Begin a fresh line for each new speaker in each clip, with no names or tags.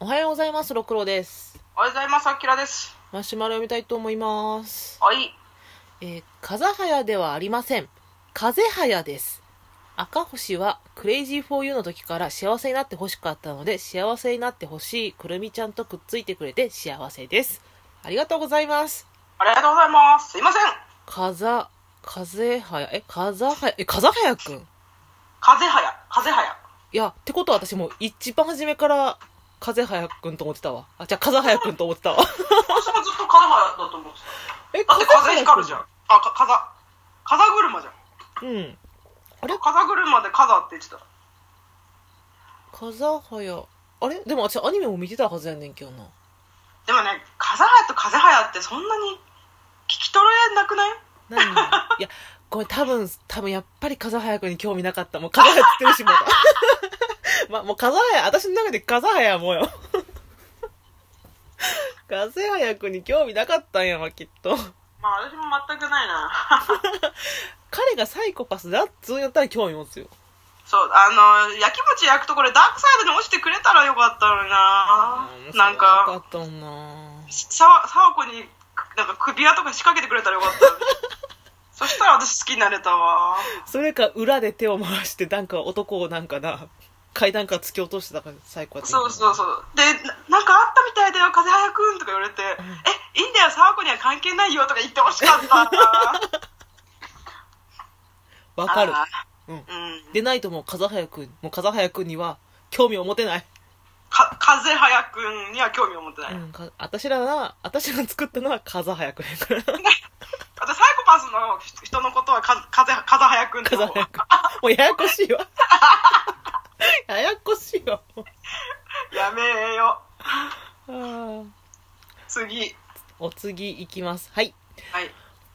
おはようございます、ろくろです。
おはようございます、あきらです。
マシュマロ読みたいと思います。
はい。
えー、風早ではありません。風早です。赤星はクレイジーフォーユーの時から幸せになってほしかったので、幸せになってほしいくるみちゃんとくっついてくれて幸せです。ありがとうございます。
ありがとうございます。すいません。
風、風早、え、風早、え、風早くん
風はや、風はや。
いや、ってことは私もう一番初めから風早くんと思ってたわ。あ、じゃあ風早くんと思ってたわ。
私もずっと風はやだと思って
え、
た。だって風光るじゃん。あ、か、風。風車じゃん。
うん。
風車で風って言ってた。
風早あれでも私アニメも見てたはずやねんけどな
でもね、風はやと風はやってそんなに聞き取れなくない
何いやこれ多分多分やっぱり風早くんに興味なかったもう風早って言ってるし もうまもう風早私の中で風早はもうよ 風早くんに興味なかったんやわきっと
まあ私も全くないな。
彼がサイコパスだっつうんやったら興味持つよ
そう、あの、焼き餅焼くとこれダークサイドに落ちてくれたらよかったのに
うん
な。なん
そう
か、
だったもんな
さわ、さわこに、なんか首輪とか仕掛けてくれたら よかったのに。そしたら私好きになれたわ。
それか裏で手を回してなんか男をなんかな階段から突き落としてたからサイコパス
そうそうそうでななんかあったみたいだよ風早くんとか言われて「えいいんだよ沢子には関係ないよ」とか言ってほしかった
わかる
あ
う
ー
ん
うん、
でないともう風早くん、もう風早くんには興味を持てない。
か風早くんには興味を持ってない、
うん、か私らが、私が作ったのは風早くんや から。
あとサイコパスの人のことはか風風早くんって
風
呼ぶ
早くん。もうややこしい わ。ややこしいわ。もう
やめえよ
あー
次
お次いきます。はい。
はい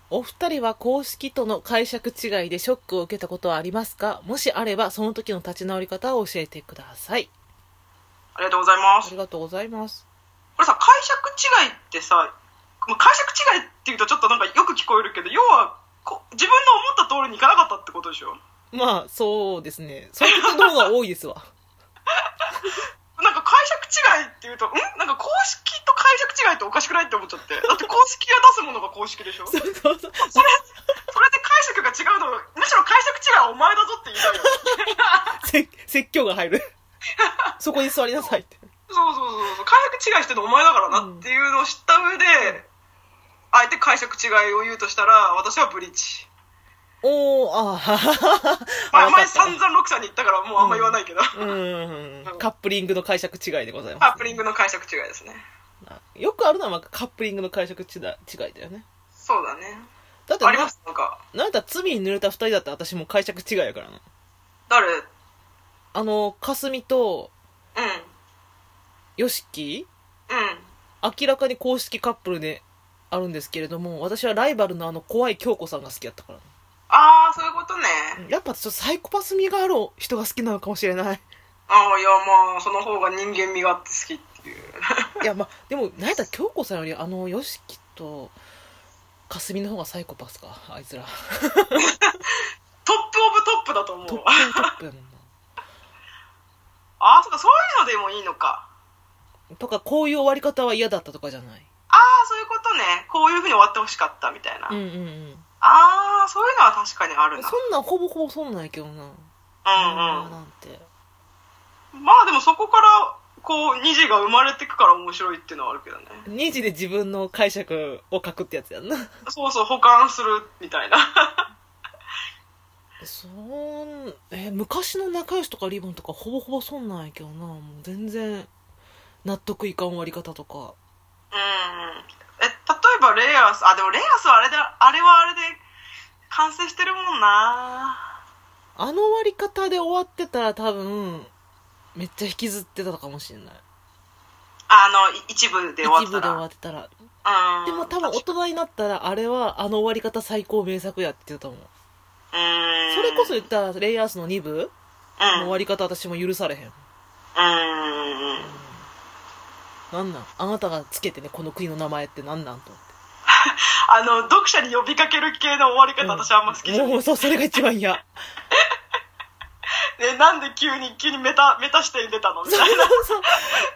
お二人は公式との解釈違いでショックを受けたことはありますかもしあれば、その時の立ち直り方を教えてください。
ありがとうございま
あ
す
りがとうございます。
これさ解釈違いってさまあ解釈違いっていうとちょっとなんかよく聞こえるけど要はこ自分の思った通りにいかなかったってことでしょ
まあ、そうですね。そういうことの方が多いです わ。
なんか解釈違いっていうと、んなんか公式と解釈違いっておかしくないって思っちゃって。だって公式が出すものが公式でしょそ
そ
れ、
うそうそう。
それで解釈が違うの、むしろ解釈違いはお前だぞって言いたいよ。
せ説教が入 る。そこに座りなさいって。
そうそうそうそう、解釈違いしてるのお前だからなっていうのを知った上で、あえて解釈違いを言うとしたら、私はブリッジ。
おー、あー
まあ、
わ
前
かった
散々六さんに言ったからもうあんま言わないけど。
うーん。カップリングの解釈違いでございます。
カップリングの解釈違いですね。
よくあるのはまあカップリングの解釈違い違いだよね。
そうだね。
だって
あり
な
ま、すなんか、
なんだ罪に濡れた二人だって私もう解釈違いやからな。
誰う
あの、かすみと、
ん。
よしき
うん。
明らかに公式カップルであるんですけれども、私はライバルのあの怖い京子さんが好きだったからな
ああ、そういうことね。
やっぱちょっとサイコパス味がある人が好きなのかもしれない。
ああ、いや、まあ、その方が人間味があって好きっていう。
いやまあでも何やったら京子さんよりあの YOSHIKI とかすみの方がサイコパスかあいつ ら
トップオブトップだと思
トッ
う
プ
わ。
トップやもん
ああ、そうか、そういうのでもいいのか。
なとかこういう終わり方は嫌だったとかじゃない
ああ、そういうことね。こういうふうに終わってほしかったみたいな。
うんうんうん
ああ、そういうのは確かにあるな。
そんなんほぼほぼそんなんやけどな漫画
う
なんて
んうん。まあでもそこから、こう、虹が生まれてくから面白いっていうのはあるけどね。
2時で自分の解釈を書くってやつやんな
そうそう、保管するみたいな。
そんえ昔の仲良しとかリボンとかほぼほぼそんなんやけどなもう全然納得いかん終わり方とか
うんうん。え、例えばレイアス、あ、でもレイアスはあれだ、あれはあれで完成してるもんな。
あの終わり方で終わってたら多分めっちゃ引きずってたかもしれない
あの、い一部で終わっ
一
た
部で終
ら
わ。ってたら
うん
でも多分大人になったらあれはあの終わり方最高名作やって言うと思う
うーん
それこそ言ったらレイアースの2部の
うん
終わり方私も許されへん
うん
なんなんあなたがつけてねこの国の名前ってなんなんと思っ
あの読者に呼びかける系の終わり
て
方、私あんま好きじゃない、
もうそうそれが一番 嫌
ね、なんで急に急にメタメタ視点出たのみたい
そう
な
そう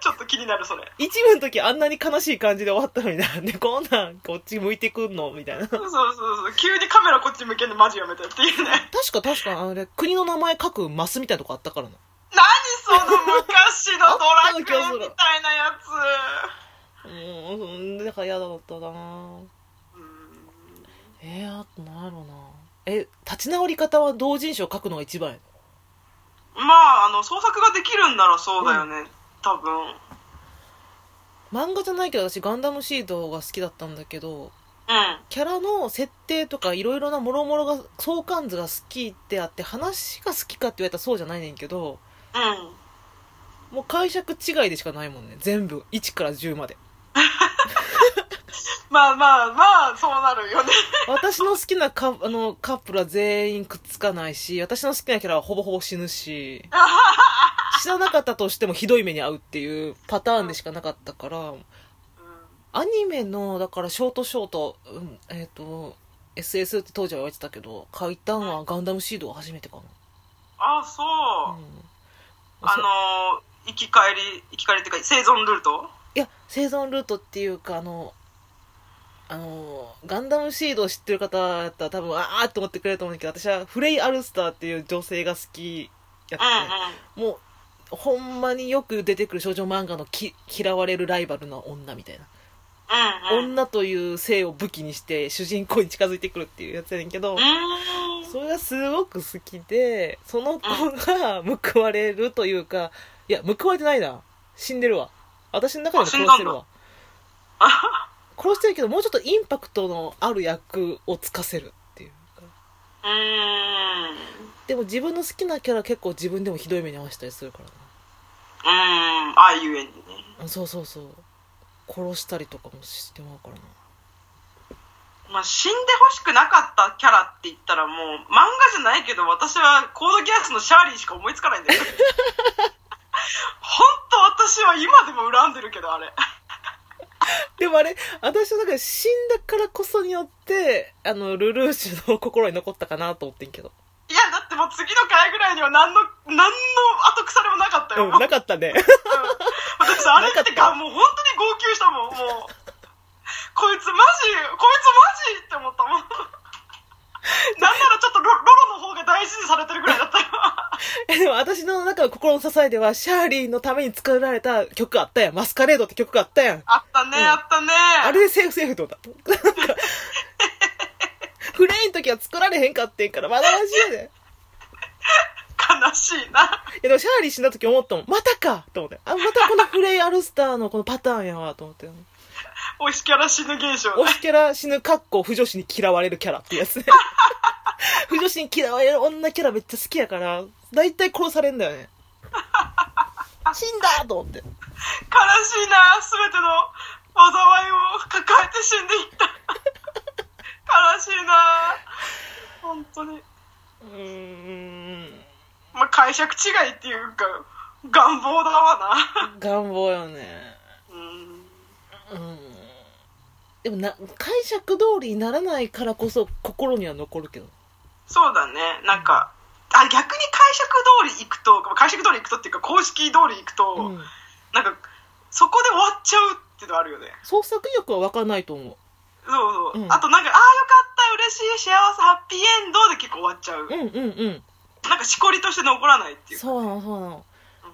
ちょっと気にになる、それ。
一部の時あんなに悲しい感じで終わったのになんでこんなんこっち向いてくんのみたいな。確
そうそうそう。急にカメラこっち向けんのマジやめてっていう ね。
か確かあれ、国の名前書くマスみたいなとこあったからな。
何その昔のドラクエみたいなやつ。
うん、だから嫌だったな
うん
えー、あとなんやろなえ、立ち直り方は同人誌を書くのが一番や
まあ、あの、創作ができるんならそうだよね。多分。
漫画じゃないけど私ガンダムシードが好きだったんだけど、
うん。
キャラの設定とかいろいろなもろもろが相関図が好きってあって話が好きかって言われたらそうじゃないねんけど
うん。
もう解釈違いでしかないもんね全部1から10まで
まあまあまあ、そうなるよね。
私の好きなカあのカップルは全員くっつかないし私の好きなキャラはほぼほぼ死ぬ し死ななかったとしてもひどい目に遭うっていうパターンでしかなかったからアニメのだからショートショート、うん、えっ、と SS って当時は言われてたけど書いたんはガンダムシードが初めてか
あ、
な、
そうう。
ん、
あのー、生き返り、生き返りっていうか、生存ルート
いや生存ルートっていうかあのあのガンダムシードを知ってる方だったら多分あーって思ってくれると思うんだけど私はフレイ・アルスターっていう女性が好きやっ
う
て
んうん。
もうほんまによく出てくる少女漫画のき嫌われるライバルの女みたいな、
うんうん。
女という性を武器にして主人公に近づいてくるっていうやつやねんけど、
うん。
それがすごく好きでその子が報われるというかいや報われてないな死んでるわ私の中でも殺してるわ殺してるけどもうちょっとインパクトのある役をつかせるっていうか
うーん。う
でも自分の好きなキャラ結構自分でもひどい目に遭わせたりするから
ーん。ああいうえにね。
なあそうそうそう殺したりとかもしてもらうからな
まあ、死んでほしくなかったキャラって言ったらもう、漫画じゃないけど、私はコードギアスのシャーリーしか思いつかないんだ よ。ほんと私は今でも恨んでるけど、あれ。
でもあれ私の中で死んだからこそによってあのルルーシュの心に残ったかなと思ってんけど
いや、だってもう次の回ぐらいには何の、何の後腐れもなかったよ。
うんなかったね
私あれって
なかった
かもう本当に号泣したもんもうこいつマジこいつマジって思っ たもんなんならちょっとロロロの方が大事にされてるぐらいだったよ
えでも私の中の心の支えでは、シャーリーのために作られた曲あったやん。マスカレードって曲があったやん。
あったね、
うん
あったね
あれでセーフセーフってことだ。なんかフレインの時は作られへんかってんから、まだマジやで。いや
悲しいな
でもシャーリー死んだ時思ったもん。またかと思って。あ、またこのフレイ・アルスターのこのパターンやわ、と思って。
推しキャラ死ぬ現象
推
ね
しキャラ死ぬ、かっこ、不女子に嫌われるキャラっていうやつね。 不女子に嫌われる女キャラめっちゃ好きやから、だいたい殺されんだよね。死んだと思って。
悲しいな全ての災いを抱えて死んでいった 悲しいな本当に
うーん。
まあ解釈違いっていうか願望だわな
願望よね
うん
うんでもな解釈通りにならないからこそ心には残るけど
そうだね、なんか、あ逆に解釈通り行くと、解釈通り行くとっていうか、公式通り行くと、
うん
なんか、そこで終わっちゃうっていうのあるよね。
創作意欲は分かんないと思
そうそう。
うん
あとなんか、ああ、よかった、嬉しい、幸せ、ハッピーエンドで結構終わっちゃう。
ううんうんうん
なんか、しこりとして残らないっていう。
そうなのそうなの
うん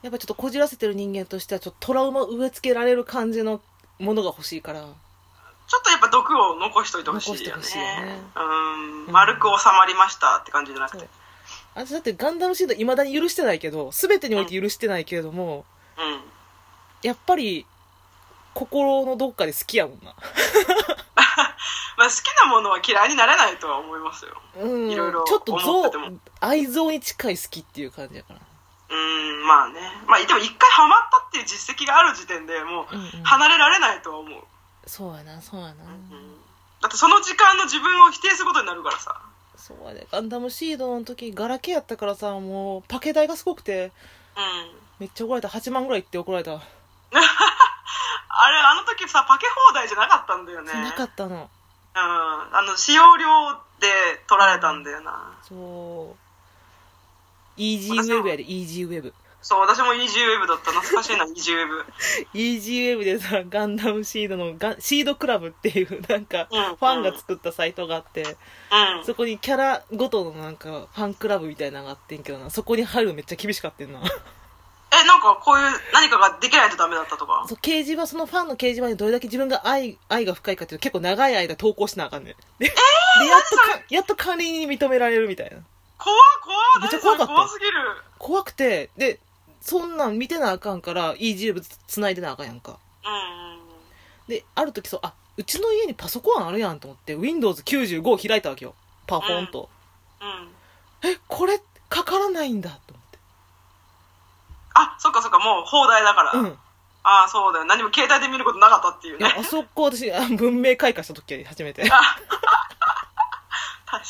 やっぱちょっとこじらせてる人間としてはちょっとトラウマ植え付けられる感じのものが欲しいから
ちょっとやっぱ毒を残しといてほしいよ
残
ね。
してほしいよね
うん、丸く収まりましたって感じじゃなくて。
そう私だってガンダムシードいまだに許してないけど全てにおいて許してないけれども
うん。
やっぱり心のどっかで好きやもんな
まあ、好きなものは嫌いになれないとは思いますよ。
うん
いろいろ
ちょっと
思
像
ってても
愛憎に近い好きっていう感じやから
うん、まあね。まあ、でも一回ハマったっていう実績がある時点でもう、
うんうん
離れられないとは思う、
そうやなそうやな、
だってその時間の自分を否定することになるからさ
そうやでガンダムシードの時ガラケーやったからさもうパケ代がすごくて
うん
めっちゃ怒られた8万ぐらいって怒られた、
あれあの時さパケ放題じゃなかったんだよね
なか
うん
ったの
あの使用料で取られたんだよな
そうイージーウェブやでイージーウェブ
そう、私もイージーウェブだった。懐か しいな、イージーウェブ。
イージーウェブでさ、ガンダムシードのガン、シードクラブっていう、なんか、フ
うん
ァンが作ったサイトがあって、
うん。
そこにキャラごとのなんか、ファンクラブみたいなのがあってんけどな、そこに入るのめっちゃ厳しかったな。
え、なんかこういう何かができないとダメだったとか。
そう、掲示板、そのファンの掲示板にどれだけ自分が愛、愛が深いかっていうの結構長い間投稿しなあかんねん。で、でやっとか、やっと管理人に認められるみたいな。
怖っ怖っ
めっちゃ
何それ
怖かった
怖すぎる。
怖くて、で、そんなん見てなあかんから、イージーウェブ繋いでなあかんやんか。
うんうん。
で、ある時そう、あ、うちの家にパソコンあるやんと思って、Windows95 を開いたわけよ。パフォンと。
うん。
えこれかからないんだと
あ、そっかそっか、もう放題だから。
思って
ああ、そうだよ。何も携帯で見ることなかったっていう
うんいや
ね。
あそこ私あ文明開化した時初めて
確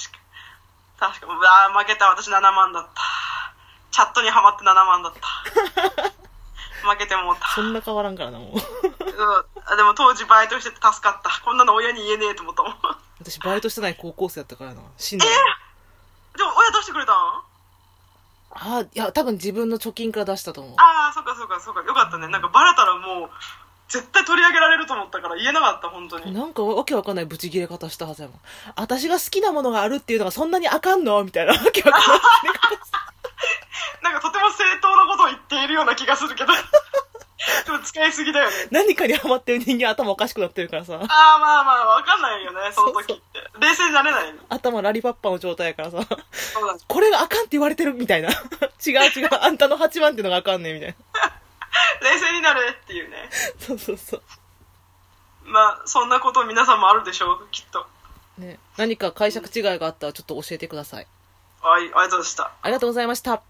か。確か。うわー負けた。私7万だった。チャットにはまって7万だった。 負けてもうた。
そんな変わらんからなもう
うん。でも当時バイトしてて助かった。こんなの親に言えねえと思ったもん。
私バイトしてない高校生だったからな死んだ
でも親出してくれたん
あいや多分自分の貯金から出したと思う
ああ、そっかそっかそっか。よかったね。なんかバレたらもう、絶対取り上げられると思ったから言えなかった、本当に。
なんかわけわかんないブチギレ方したはずやもん私が好きなものがあるっていうのがそんなにあかんのみたいなわけわかんない
なんかとても正当なことを言っているような気がするけ ど。でも使いすぎだよね。
何かにハマってる人間頭おかしくなってるからさ
ああ、まあまあ、わかんないよね、その時って。冷静になれないね。
頭ラリパッパの状態やからさ
そうだね。
これがあかんって言われてるみたいな違う違うあんたの8番っていうのがあかんねんみたいな
冷静になれっていうね。
そうそうそう
まあ、そんなこと皆さんもあるでしょう、きっと。
ね、何か解釈違いがあったらちょっと教えてください。
はい、ありがとうございました。
ありがとうございました。